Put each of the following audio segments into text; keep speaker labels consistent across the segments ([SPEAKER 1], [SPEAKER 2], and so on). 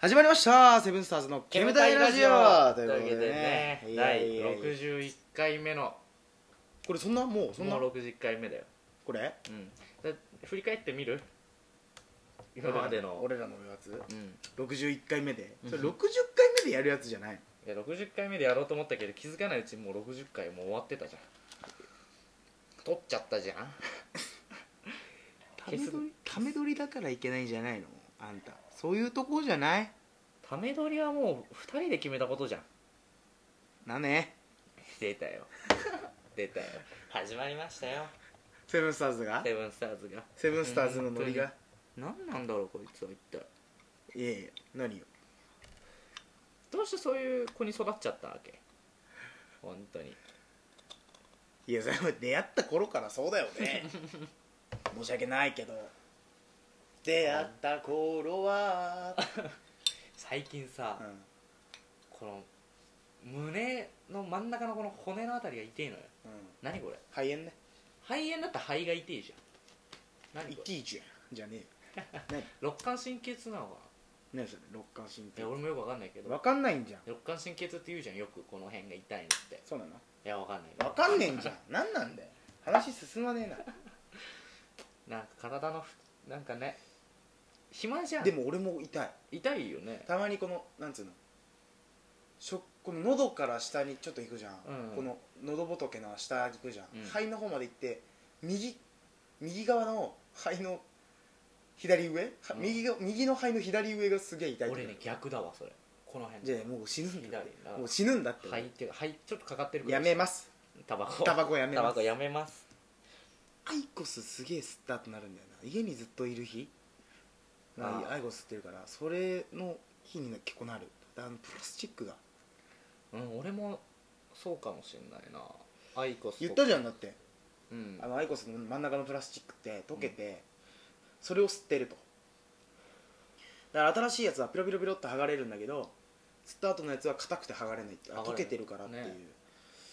[SPEAKER 1] 始まりましたセブンスターズの「ケムタイラジオ」と
[SPEAKER 2] と
[SPEAKER 1] い
[SPEAKER 2] いう
[SPEAKER 1] こ
[SPEAKER 2] うことと
[SPEAKER 1] で
[SPEAKER 2] で
[SPEAKER 1] ね
[SPEAKER 2] ね
[SPEAKER 1] いや
[SPEAKER 2] 第
[SPEAKER 1] いやいや
[SPEAKER 2] 61回目の
[SPEAKER 1] これそんなもうそんな
[SPEAKER 2] もう60回目だよ、
[SPEAKER 1] これ
[SPEAKER 2] うん、だ振り返ってみる今までの、
[SPEAKER 1] 俺らのやつ
[SPEAKER 2] うん、
[SPEAKER 1] 61回目でそれ
[SPEAKER 2] うんう
[SPEAKER 1] 60
[SPEAKER 2] ん
[SPEAKER 1] 回目でやるやつじゃない
[SPEAKER 2] いや60回目でやろうと思ったけど気づかないうちにもう60回もう終わってたじゃん取っちゃったじゃん
[SPEAKER 1] ため撮りため撮りだからいけないんじゃないのあんたそういうとこじゃない
[SPEAKER 2] ため撮りはもう2人で決めたことじゃん
[SPEAKER 1] なね
[SPEAKER 2] 出た よ出たよ始まりましたよ
[SPEAKER 1] セブンスターズが
[SPEAKER 2] セブンスターズが
[SPEAKER 1] セブンスターズのノリが
[SPEAKER 2] 何なんだろうこいつは一体
[SPEAKER 1] いやいや何よ
[SPEAKER 2] どうしてそういう子に育っちゃったわけ本当に
[SPEAKER 1] いやそれは出会った頃からそうだよ ね申し訳ないけど出会った頃は、
[SPEAKER 2] 最近さ、
[SPEAKER 1] うん
[SPEAKER 2] この胸の真ん中のこの骨のあたりが痛いのよ
[SPEAKER 1] うん、
[SPEAKER 2] 何これ
[SPEAKER 1] 肺炎ね
[SPEAKER 2] 肺炎だったら肺が痛いじゃん何
[SPEAKER 1] い
[SPEAKER 2] これ
[SPEAKER 1] ちいちやんじゃねえよ何
[SPEAKER 2] 肋間神経痛なのか
[SPEAKER 1] 何それ肋間神
[SPEAKER 2] ないや
[SPEAKER 1] 経
[SPEAKER 2] 俺もよくわかんないけど
[SPEAKER 1] わかんないんじゃん
[SPEAKER 2] 肋間神経痛って言うじゃんよくこの辺が痛いのって
[SPEAKER 1] そうなの
[SPEAKER 2] いやわかんない
[SPEAKER 1] わかんねえんじゃん 何なんだよ話進まねえ
[SPEAKER 2] なんか体のふなんかね暇じゃ
[SPEAKER 1] なんでも俺も痛い
[SPEAKER 2] 痛いよね
[SPEAKER 1] たまにこのなんつうのしょこの喉から下にちょっと行くじゃん、
[SPEAKER 2] うん
[SPEAKER 1] この喉仏の下行くじゃん、
[SPEAKER 2] うん
[SPEAKER 1] 肺の方まで行って右右側の肺の左上、は
[SPEAKER 2] うん
[SPEAKER 1] 右が右の肺の左上がすげえ痛い
[SPEAKER 2] 俺ね逆だわそれこの辺
[SPEAKER 1] じゃあもう死ぬんだよ
[SPEAKER 2] 左だ
[SPEAKER 1] もう死ぬんだって
[SPEAKER 2] 肺っていうか肺ちょっとかかってる
[SPEAKER 1] やめますす
[SPEAKER 2] タバコ
[SPEAKER 1] タバコやめ
[SPEAKER 2] タ
[SPEAKER 1] ま
[SPEAKER 2] バ
[SPEAKER 1] す
[SPEAKER 2] コやめます
[SPEAKER 1] アイコスすげえ吸ったってなるんだよな家にずっといる日
[SPEAKER 2] あ
[SPEAKER 1] ま
[SPEAKER 2] ー
[SPEAKER 1] あアイコス吸ってるからそれの日に結構なるあのプラスチックが
[SPEAKER 2] うん俺もそうかもしんないなアイコスと
[SPEAKER 1] 言ったじゃんだって
[SPEAKER 2] うん
[SPEAKER 1] あのアイコスの真ん中のプラスチックって溶けて、それを吸ってるとだから新しいやつはピロピロピロって剥がれるんだけど吸った後のやつは硬くて剥がれないってあ
[SPEAKER 2] 剥がれない
[SPEAKER 1] 溶けてるからっていう、
[SPEAKER 2] ね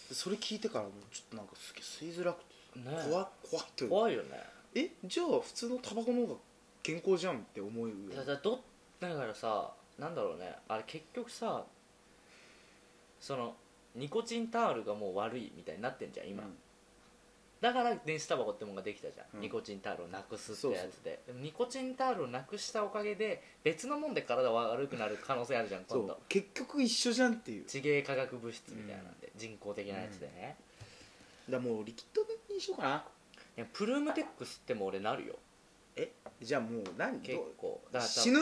[SPEAKER 1] でそれ聞いてからもうちょっとなんかすげえ吸いづらくて
[SPEAKER 2] ね
[SPEAKER 1] 怖っ怖いというか
[SPEAKER 2] 怖いよね
[SPEAKER 1] えじゃあ普通のタバコの方が健康じゃんって思うよ
[SPEAKER 2] いやだどだからさなんだろうねあれ結局さそのニコチンタールがもう悪いみたいになってんじゃん今、
[SPEAKER 1] うん
[SPEAKER 2] だから電子タバコってもんができたじゃ
[SPEAKER 1] う
[SPEAKER 2] ん、
[SPEAKER 1] ん
[SPEAKER 2] ニコチンタールをなくすって
[SPEAKER 1] そうそう
[SPEAKER 2] やつででもニコチンタールをなくしたおかげで別のもんで体悪くなる可能性あるじゃん
[SPEAKER 1] そ
[SPEAKER 2] 今
[SPEAKER 1] う
[SPEAKER 2] 度
[SPEAKER 1] 結局一緒じゃんっていう
[SPEAKER 2] 地芸化学物質みたいなんで、人工的なやつでね、
[SPEAKER 1] だからもうリキッドにしようかない
[SPEAKER 2] やプルームテックスっても俺なるよ
[SPEAKER 1] えじゃあもう何
[SPEAKER 2] 結
[SPEAKER 1] ど
[SPEAKER 2] 構
[SPEAKER 1] う
[SPEAKER 2] だから多分
[SPEAKER 1] 死ぬ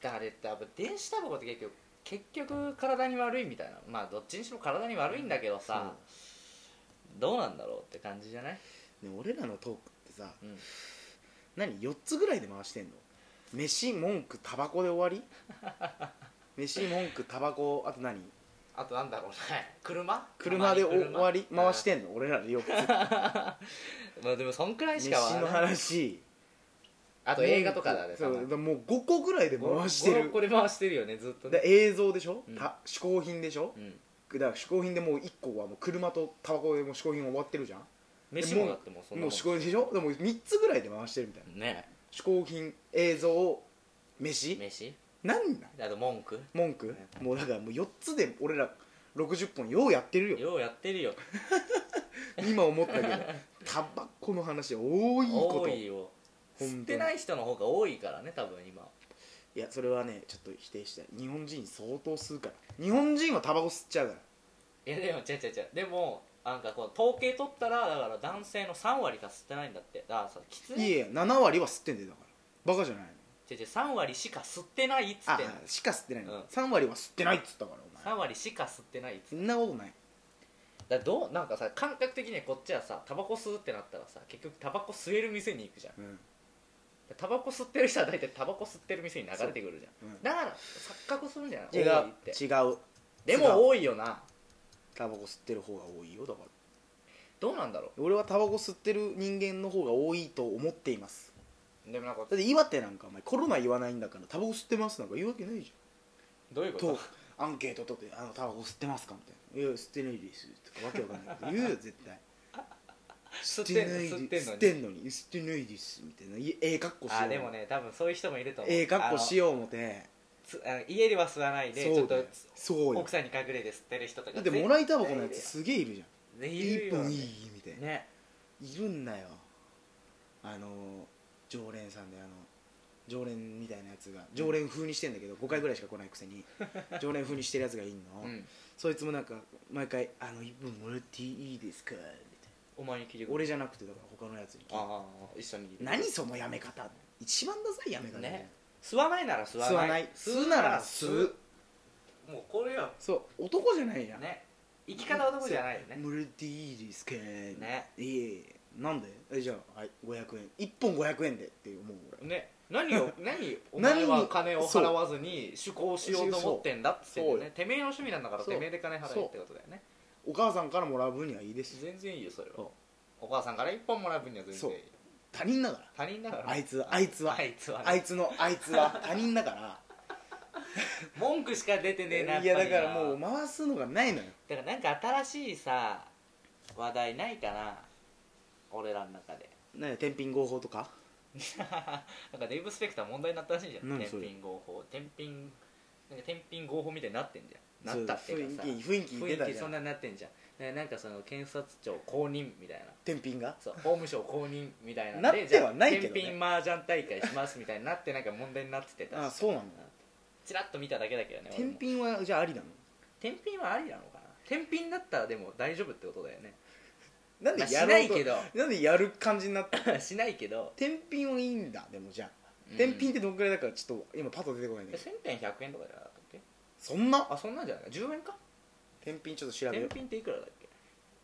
[SPEAKER 2] だから多分電子タバコって結局結局体に悪いみたいなまあどっちにしろ体に悪いんだけどさ、どうなんだろうって感じじゃない、
[SPEAKER 1] ね俺らのトークってさ
[SPEAKER 2] うん、
[SPEAKER 1] 何4つぐらいで回してんの飯文句タバコで終 わり飯文句タバコあと何
[SPEAKER 2] あとなんだろうね車
[SPEAKER 1] 車でお
[SPEAKER 2] あまり
[SPEAKER 1] 終わり回し
[SPEAKER 2] う
[SPEAKER 1] てんの俺らで4
[SPEAKER 2] んまあでもそんくらい
[SPEAKER 1] つ
[SPEAKER 2] しか
[SPEAKER 1] 飯の話
[SPEAKER 2] あ
[SPEAKER 1] あ
[SPEAKER 2] と映画とかだね
[SPEAKER 1] そう
[SPEAKER 2] 多分
[SPEAKER 1] だからもう5個ぐらいで回して
[SPEAKER 2] 56
[SPEAKER 1] る
[SPEAKER 2] 個で回してるよねずっと
[SPEAKER 1] で
[SPEAKER 2] ね
[SPEAKER 1] 映像でしょ、
[SPEAKER 2] うん
[SPEAKER 1] た嗜好品でしょ
[SPEAKER 2] うん
[SPEAKER 1] だから嗜好品でもう1個はもう車とタバコでもう嗜好品終わってるじゃん
[SPEAKER 2] 飯もだってもうそんな
[SPEAKER 1] もう
[SPEAKER 2] もん
[SPEAKER 1] 嗜好品でしょでも3つぐらいで回してるみたいな
[SPEAKER 2] ね
[SPEAKER 1] 嗜好品映像飯
[SPEAKER 2] 飯
[SPEAKER 1] 何なん
[SPEAKER 2] あと文句
[SPEAKER 1] 文句もうだからもう4つで俺ら60本ようやってるよ
[SPEAKER 2] ようやってるよ
[SPEAKER 1] 今思ったけどタバコの話多いこ
[SPEAKER 2] 多
[SPEAKER 1] と
[SPEAKER 2] いよ
[SPEAKER 1] 本当に
[SPEAKER 2] 吸ってない人の方が多いからね多分今
[SPEAKER 1] いやそれはねちょっと否定したい日本人相当吸うから日本人はタバコ吸っちゃうから
[SPEAKER 2] いやでも違う違う違うでもなんかこう統計取ったらだから男性の3割が吸ってないんだってだからさ喫
[SPEAKER 1] い
[SPEAKER 2] 煙違う
[SPEAKER 1] やいや7割は吸ってんだよだからバカじゃないの
[SPEAKER 2] 違う3割しか吸ってないっつ
[SPEAKER 1] あ
[SPEAKER 2] ってんの
[SPEAKER 1] しか吸ってないの、
[SPEAKER 2] うん
[SPEAKER 1] 3割は吸ってないっつったからお前
[SPEAKER 2] 3割しか吸ってないっつっ
[SPEAKER 1] そ
[SPEAKER 2] て
[SPEAKER 1] んなことない
[SPEAKER 2] だからどうなんかさ感覚的にはこっちはさタバコ吸うってなったらさ結局タバコ吸える店に行くじゃん
[SPEAKER 1] うん
[SPEAKER 2] タバコ吸ってる人は大体タバコ吸ってる店に流れてくるじゃん、
[SPEAKER 1] うん
[SPEAKER 2] だから錯覚するんじゃない
[SPEAKER 1] 違う
[SPEAKER 2] 多いって
[SPEAKER 1] 違う
[SPEAKER 2] で
[SPEAKER 1] 違う
[SPEAKER 2] も多いよな
[SPEAKER 1] タバコ吸ってる方が多いよだから
[SPEAKER 2] どうなんだろ
[SPEAKER 1] 俺はタバコ吸ってる人間の方が多いと思っています
[SPEAKER 2] うでもなんか
[SPEAKER 1] だって岩手なんかお前コロナ言わないんだからタバコ吸ってますなんか言うわけないじ
[SPEAKER 2] どういう
[SPEAKER 1] ゃん
[SPEAKER 2] こと
[SPEAKER 1] とアンケート取って「あのタバコ吸ってますか?」みたいな「いや吸ってないです」とかわけわかんないこと言うよ絶対
[SPEAKER 2] 吸ってんの
[SPEAKER 1] 吸
[SPEAKER 2] 吸っ
[SPEAKER 1] で
[SPEAKER 2] てんの
[SPEAKER 1] 吸ってん
[SPEAKER 2] に
[SPEAKER 1] のに吸ってないですみたいないええ格好しよう
[SPEAKER 2] あでもね多分そういう人もいると思う
[SPEAKER 1] ええ格好し
[SPEAKER 2] よ
[SPEAKER 1] よう思て
[SPEAKER 2] つあ家では吸わないで
[SPEAKER 1] そ
[SPEAKER 2] ちょ
[SPEAKER 1] う
[SPEAKER 2] っと
[SPEAKER 1] だよそうよ
[SPEAKER 2] 奥さんに隠れて吸ってる人とか
[SPEAKER 1] だってもらいタバコのやつすげえいるじゃん
[SPEAKER 2] 全然いる
[SPEAKER 1] 一
[SPEAKER 2] よ
[SPEAKER 1] 本い
[SPEAKER 2] ね
[SPEAKER 1] いみたいな
[SPEAKER 2] ね
[SPEAKER 1] いるんだよあの常連さんであの常連みたいなやつが常連風にしてんだけど5回ぐらいしか来ないくせ に常連風にしてるやつがいんの、
[SPEAKER 2] うん
[SPEAKER 1] そいつもなんか毎回「あの1本もらっていいですか?」みたい
[SPEAKER 2] お前に聞いて
[SPEAKER 1] な俺じゃなくてだから他のやつに聞いて
[SPEAKER 2] ああ一緒に聞いて
[SPEAKER 1] 何そのやめ方一番ダサいやめ方
[SPEAKER 2] ね吸わないなら吸わない
[SPEAKER 1] 吸わない吸うなら吸う
[SPEAKER 2] もうこれよ
[SPEAKER 1] そう男じゃないやん
[SPEAKER 2] ね生き方男じゃないよね
[SPEAKER 1] もらっていいですか
[SPEAKER 2] ね
[SPEAKER 1] いえいえなんでえじゃあ、はい、500円1本500円でって思う俺
[SPEAKER 2] ね 何を何お前は金を
[SPEAKER 1] そう
[SPEAKER 2] 払わずに趣向しようと思ってんだっつってんだよ
[SPEAKER 1] そう
[SPEAKER 2] ねてめえの趣味なんだから
[SPEAKER 1] そう
[SPEAKER 2] てめえで金払えってことだよね
[SPEAKER 1] お母さんからもらう分にはいいですよ
[SPEAKER 2] 全然いいよそれ
[SPEAKER 1] そう
[SPEAKER 2] はお母さんから一本もらう分には全然いい
[SPEAKER 1] そ他人だから
[SPEAKER 2] 他人だから
[SPEAKER 1] あいつあいつは
[SPEAKER 2] あいつはね
[SPEAKER 1] あいつのあいつは他人だ から
[SPEAKER 2] 文句しか出てねえなっ
[SPEAKER 1] いや
[SPEAKER 2] ぱ
[SPEAKER 1] だ
[SPEAKER 2] り
[SPEAKER 1] か
[SPEAKER 2] な
[SPEAKER 1] らもう回すのがないのよ
[SPEAKER 2] だからなんか新しいさ話題ないかな俺らの中で
[SPEAKER 1] ね天秤合法とか
[SPEAKER 2] なんかデイブ・スペクター問題になったらしいじゃん
[SPEAKER 1] 何
[SPEAKER 2] 天
[SPEAKER 1] それ
[SPEAKER 2] 秤合法天秤なんか天秤合法みたいになってんじゃんなったって
[SPEAKER 1] そう
[SPEAKER 2] いうかさ
[SPEAKER 1] 雰囲気雰囲気出
[SPEAKER 2] 雰
[SPEAKER 1] た
[SPEAKER 2] 囲気
[SPEAKER 1] じゃ
[SPEAKER 2] そん
[SPEAKER 1] ん
[SPEAKER 2] なになってんじゃんだからなんかその検察庁公認みたいな
[SPEAKER 1] 天秤が
[SPEAKER 2] そう法務省公認みたいなんで
[SPEAKER 1] なっては
[SPEAKER 2] じゃあ
[SPEAKER 1] ないけどね
[SPEAKER 2] 天秤麻雀大会しますみたいになってなんか問題になっててた
[SPEAKER 1] あそうなの
[SPEAKER 2] チラッと見ただけだけどね俺も
[SPEAKER 1] 天秤はじゃあありなの
[SPEAKER 2] 天秤はありなのかな天秤だったらでも大丈夫ってことだよね
[SPEAKER 1] なん
[SPEAKER 2] まあ
[SPEAKER 1] で
[SPEAKER 2] し
[SPEAKER 1] や
[SPEAKER 2] な
[SPEAKER 1] ろ
[SPEAKER 2] いう
[SPEAKER 1] と
[SPEAKER 2] けど
[SPEAKER 1] なんでやる感じになった
[SPEAKER 2] しないけど
[SPEAKER 1] 天秤はいいんだでもじゃ
[SPEAKER 2] う
[SPEAKER 1] あ
[SPEAKER 2] ん
[SPEAKER 1] 天秤ってどんくらいだからちょっと今パッと出てこないんだけど
[SPEAKER 2] 1000点100円とかじゃなかったっけ
[SPEAKER 1] そんな
[SPEAKER 2] あそんなんじゃないか10円か
[SPEAKER 1] 天秤ちょっと調べよう
[SPEAKER 2] 天秤っていくらだっけ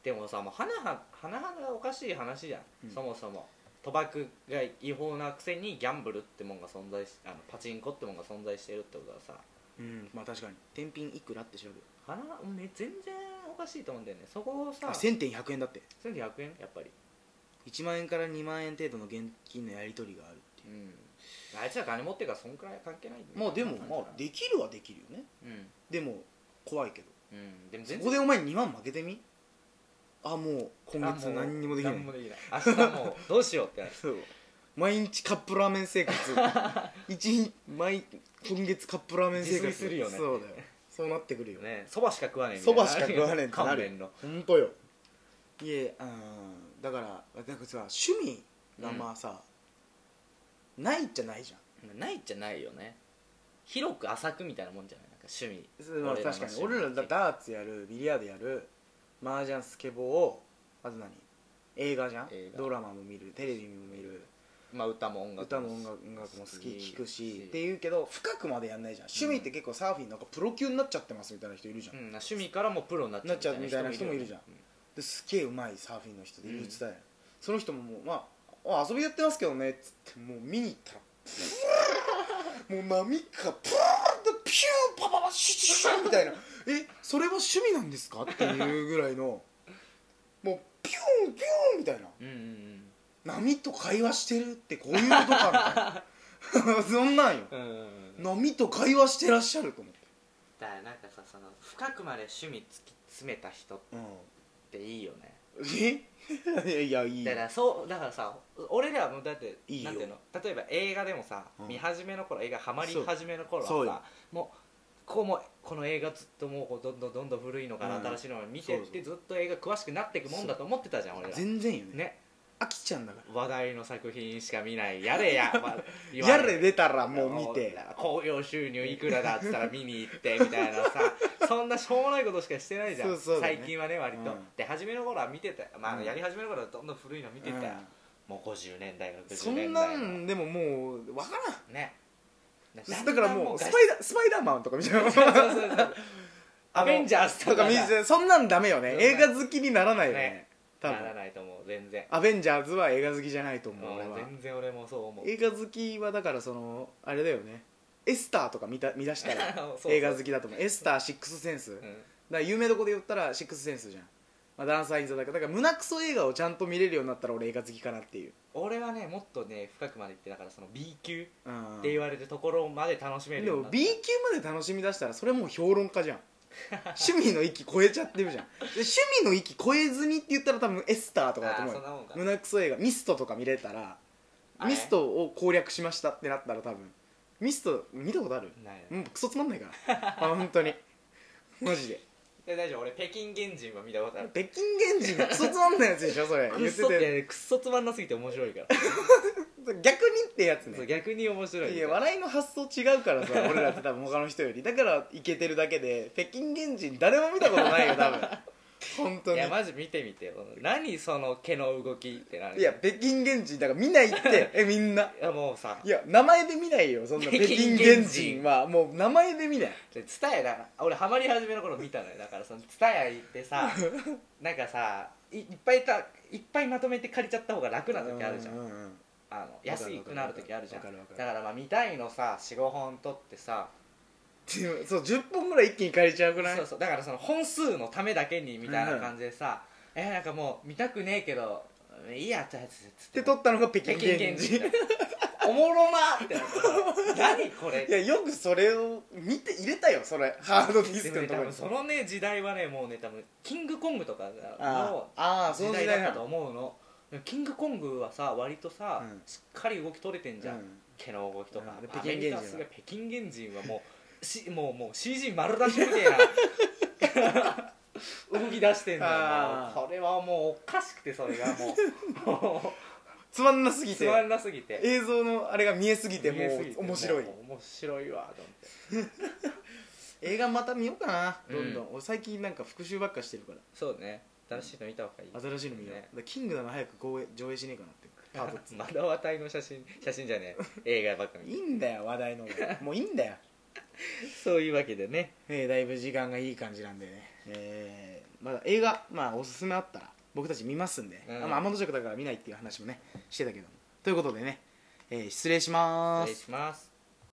[SPEAKER 2] でもさもう花は花々がおかしい話じゃん、
[SPEAKER 1] うん
[SPEAKER 2] そもそも賭博が違法なくせにギャンブルってもんが存在しあのパチンコってもんが存在してるってことはさ
[SPEAKER 1] うんまあ確かに天秤いくらって調べよう
[SPEAKER 2] 花め全然おかしいと思うんだよねそこをさ
[SPEAKER 1] あ1100円だって
[SPEAKER 2] 1100円やっぱり
[SPEAKER 1] 1万円から2万円程度の現金のやり取りがあるっていう
[SPEAKER 2] うんあいつら金持ってるからそんくらい関係ない
[SPEAKER 1] まあでもまあできるはできるよね
[SPEAKER 2] うん
[SPEAKER 1] でも怖いけど
[SPEAKER 2] うんでも
[SPEAKER 1] そ
[SPEAKER 2] 全
[SPEAKER 1] こ
[SPEAKER 2] 然
[SPEAKER 1] でお前2万負けてみあもう今月何にもできない
[SPEAKER 2] 何もできない明日もうどうしようってなる
[SPEAKER 1] そう毎日カップラーメン生 活一日毎今月カップラーメン生活
[SPEAKER 2] 自炊するよね
[SPEAKER 1] そうだよそうなってくるよ
[SPEAKER 2] ねそばしか食わねえみた
[SPEAKER 1] そ
[SPEAKER 2] いな
[SPEAKER 1] ばしか食わねえってな
[SPEAKER 2] 勘
[SPEAKER 1] る
[SPEAKER 2] 弁の
[SPEAKER 1] 本当よいえあーだからなんかさ趣味がまあさ、ないじゃないじゃん
[SPEAKER 2] ないっちゃないよね広く浅くみたいなもんじゃないなんか趣味
[SPEAKER 1] まあ確かに俺らだダーツやるビリヤードやる麻雀スケボーをあと何映画じゃん
[SPEAKER 2] 映画
[SPEAKER 1] ドラマも見るテレビも見る
[SPEAKER 2] まあ歌も音楽
[SPEAKER 1] 歌も音楽音楽も好き聞くしって
[SPEAKER 2] う、
[SPEAKER 1] いうけど深くまでやんないじゃん趣味って結構サーフィンなんかプロ級になっちゃってますみたいな人いるじゃん、
[SPEAKER 2] うん、趣味からもうプロになっちゃう
[SPEAKER 1] なっちゃうみたいな人もいるじゃん
[SPEAKER 2] よね
[SPEAKER 1] ですげえうまいサーフィンの人でいる
[SPEAKER 2] うん
[SPEAKER 1] だよ、その人ももうまああ遊びやってますけどねっつってもう見に行ったらプワーもう波がプワーってピューパパパシュシュシュみたいなえそれは趣味なんですかっていうぐらいのもうピューンピューンみたいな
[SPEAKER 2] うんうん
[SPEAKER 1] 波と会話してるってこういうことかみたいな そんなんよ
[SPEAKER 2] うんうんうんうん
[SPEAKER 1] 波と会話してらっしゃると思って
[SPEAKER 2] だからなんかさその深くまで趣味突き詰めた人っていいよね
[SPEAKER 1] うんえいやいいよ
[SPEAKER 2] だからそうだからさ俺らはもうだって
[SPEAKER 1] いいよ
[SPEAKER 2] なんていうの例えば映画でもさ、
[SPEAKER 1] うん
[SPEAKER 2] 見始めの頃映画ハマり
[SPEAKER 1] そう
[SPEAKER 2] 始めの頃
[SPEAKER 1] そう
[SPEAKER 2] は
[SPEAKER 1] よ
[SPEAKER 2] さもうこうもこの映画ずっともうこうどんどんどんどん古いのから
[SPEAKER 1] うん
[SPEAKER 2] 新しいのを見てっ
[SPEAKER 1] そうそ
[SPEAKER 2] てずっと映画詳しくなっていくもんだと思ってたじゃん俺ら
[SPEAKER 1] 全然よね
[SPEAKER 2] ね
[SPEAKER 1] 飽きちゃうんだから
[SPEAKER 2] 話題の作品しか見ないやれ や、まあ言わ
[SPEAKER 1] や
[SPEAKER 2] ない
[SPEAKER 1] れ出たらもう見て
[SPEAKER 2] 興行収入いくらだっつったら見に行ってみたい なさそんなしょうもないことしかしてないじゃ
[SPEAKER 1] そ
[SPEAKER 2] ん
[SPEAKER 1] うそうだね
[SPEAKER 2] 最近はね割と、
[SPEAKER 1] うん
[SPEAKER 2] で初めの頃は見てたよ、まああの、
[SPEAKER 1] うん
[SPEAKER 2] やり始めの頃はどんどん古いの見てたよ、もう50年代
[SPEAKER 1] うん
[SPEAKER 2] 60
[SPEAKER 1] そん
[SPEAKER 2] 年
[SPEAKER 1] な
[SPEAKER 2] 代の
[SPEAKER 1] んでももうわか
[SPEAKER 2] ね
[SPEAKER 1] らんだからもうス
[SPEAKER 2] だ
[SPEAKER 1] パ
[SPEAKER 2] ん
[SPEAKER 1] イダ
[SPEAKER 2] だんも
[SPEAKER 1] ースパイダーマンとかみたいな
[SPEAKER 2] ガチそう そうそうアベンジャーズ
[SPEAKER 1] とか
[SPEAKER 2] とか
[SPEAKER 1] 見
[SPEAKER 2] な
[SPEAKER 1] てそんなんダメよね
[SPEAKER 2] そうだ
[SPEAKER 1] 映画好きにならないよね
[SPEAKER 2] ね
[SPEAKER 1] 多
[SPEAKER 2] なら
[SPEAKER 1] 分
[SPEAKER 2] ないと思う全然
[SPEAKER 1] アベンジャーズは映画好きじゃないと思う俺
[SPEAKER 2] もう
[SPEAKER 1] は
[SPEAKER 2] 全然俺もそう思う
[SPEAKER 1] 映画好きはだからそのあれだよねエスターとか見た見出したら
[SPEAKER 2] そうそう
[SPEAKER 1] 映画好きだと思うエスターシックスセンス、
[SPEAKER 2] う
[SPEAKER 1] だか
[SPEAKER 2] ん
[SPEAKER 1] ら有名どこで言ったらシックスセンスじゃん、まあ、ダンサーインザだからだから胸クソ映画をちゃんと見れるようになったら俺映画好きかなっていう、
[SPEAKER 2] 俺はねもっとね深くまで行ってだからその B 級
[SPEAKER 1] うん、
[SPEAKER 2] って言われるところまで楽しめる
[SPEAKER 1] で
[SPEAKER 2] ように
[SPEAKER 1] も
[SPEAKER 2] なった
[SPEAKER 1] B 級まで楽しみ出したらそれもう評論家じゃん 趣味の域超えちゃってるじゃんで趣味の域超えずにって言ったら多分エスターとかだと思う
[SPEAKER 2] あーそんなもんか
[SPEAKER 1] 胸クソ映画ミストとか見れたら
[SPEAKER 2] あれ
[SPEAKER 1] ミストを攻略しましたってなったら多分ミスト見たことある
[SPEAKER 2] ない
[SPEAKER 1] もうクソつまんないから あ本当にマジで
[SPEAKER 2] で大丈夫俺北京原人は見たことある
[SPEAKER 1] 北京原人がクソつまんないやつでしょそれ
[SPEAKER 2] ク
[SPEAKER 1] 言
[SPEAKER 2] ッ
[SPEAKER 1] って
[SPEAKER 2] ソ
[SPEAKER 1] た
[SPEAKER 2] っ
[SPEAKER 1] やつ
[SPEAKER 2] てクッソつまんなすぎて面白いから
[SPEAKER 1] 逆にってやつ
[SPEAKER 2] そう
[SPEAKER 1] ね
[SPEAKER 2] 逆に面白い
[SPEAKER 1] いや笑いの発想違う からさ俺らって多分他の人よりだからいけてるだけで北京原人誰も見たことないよ 多分本当
[SPEAKER 2] い
[SPEAKER 1] に
[SPEAKER 2] やマジ見てみてよ何その毛の動きってなる
[SPEAKER 1] いや北京原人だから見ないって えみんない
[SPEAKER 2] やもうさ
[SPEAKER 1] いや名前で見ないよそんな
[SPEAKER 2] 北
[SPEAKER 1] 北
[SPEAKER 2] 京
[SPEAKER 1] 京
[SPEAKER 2] 原
[SPEAKER 1] 原
[SPEAKER 2] 人
[SPEAKER 1] 人はもう名前で見ない
[SPEAKER 2] で蔦屋だな俺ハマり始めの頃見たのよだからその蔦屋行っ てさなんかさいいっぱいいたいっぱいまとめて借りちゃった方が楽な時あるじゃん
[SPEAKER 1] ううう
[SPEAKER 2] あの安くなる時あるじゃん
[SPEAKER 1] わか
[SPEAKER 2] だ
[SPEAKER 1] るわかる
[SPEAKER 2] からまあ見たいのさ45本取ってさ
[SPEAKER 1] でもそう10本ぐらい一気に借りちゃうくらい
[SPEAKER 2] そうそうだからその本数のためだけにみたいな感じでさ、えーなんかもう見たくねえけどいいやつつつって
[SPEAKER 1] で撮ったのが北京
[SPEAKER 2] 北
[SPEAKER 1] 原
[SPEAKER 2] 京
[SPEAKER 1] 人
[SPEAKER 2] 現地 おもろなってなってさ何こ れ
[SPEAKER 1] いやよくそれを見て入れたよそれハードディス
[SPEAKER 2] で
[SPEAKER 1] ク
[SPEAKER 2] も
[SPEAKER 1] の
[SPEAKER 2] ね
[SPEAKER 1] とこ
[SPEAKER 2] 多
[SPEAKER 1] ろ
[SPEAKER 2] 分
[SPEAKER 1] に
[SPEAKER 2] そのね時代はねもうね多分キングコングとかの
[SPEAKER 1] ああああそ
[SPEAKER 2] 時
[SPEAKER 1] の時
[SPEAKER 2] 代
[SPEAKER 1] 代
[SPEAKER 2] だっ
[SPEAKER 1] な
[SPEAKER 2] たと思うのでもキングコングはさ割とさ、
[SPEAKER 1] うん
[SPEAKER 2] しっかり動き取れてんじゃん、
[SPEAKER 1] うん
[SPEAKER 2] 毛の動きとか、
[SPEAKER 1] うんで
[SPEAKER 2] アメリカ
[SPEAKER 1] 北京原人は
[SPEAKER 2] はすごい北京原人はもうしもうもう CG 丸出しみたい な動き出してんだよ
[SPEAKER 1] あー
[SPEAKER 2] もうこれはもうおかしくてそれが もうも
[SPEAKER 1] つまんなす
[SPEAKER 2] う
[SPEAKER 1] ぎ
[SPEAKER 2] つ
[SPEAKER 1] て
[SPEAKER 2] まんなすぎて
[SPEAKER 1] 映像のあれが見えすぎても
[SPEAKER 2] 見えすぎて
[SPEAKER 1] う面白い
[SPEAKER 2] もう面白いわと思って
[SPEAKER 1] 映画また見ようかな
[SPEAKER 2] うん
[SPEAKER 1] どんどん、俺最近なんか復習ばっかしてるか
[SPEAKER 2] そうね新しいの見た方がいい
[SPEAKER 1] ら新しいの見よう、
[SPEAKER 2] ね
[SPEAKER 1] だからキングダム早く上映上映しねえかな ってパート
[SPEAKER 2] まだ話題の写真写真じゃねえ映画ばっか
[SPEAKER 1] 2い
[SPEAKER 2] り
[SPEAKER 1] いんだよ話題のもういいん だよ、
[SPEAKER 2] そういうわけでね
[SPEAKER 1] えーだいぶ時間がいい感じなんでね、えーまだ映画まあおすすめあったら僕たち見ますんで、
[SPEAKER 2] うん
[SPEAKER 1] あまあ、天の弱だから見ないっていう話もねしてたけどということでね、えー失礼しま
[SPEAKER 2] 失
[SPEAKER 1] す
[SPEAKER 2] 礼します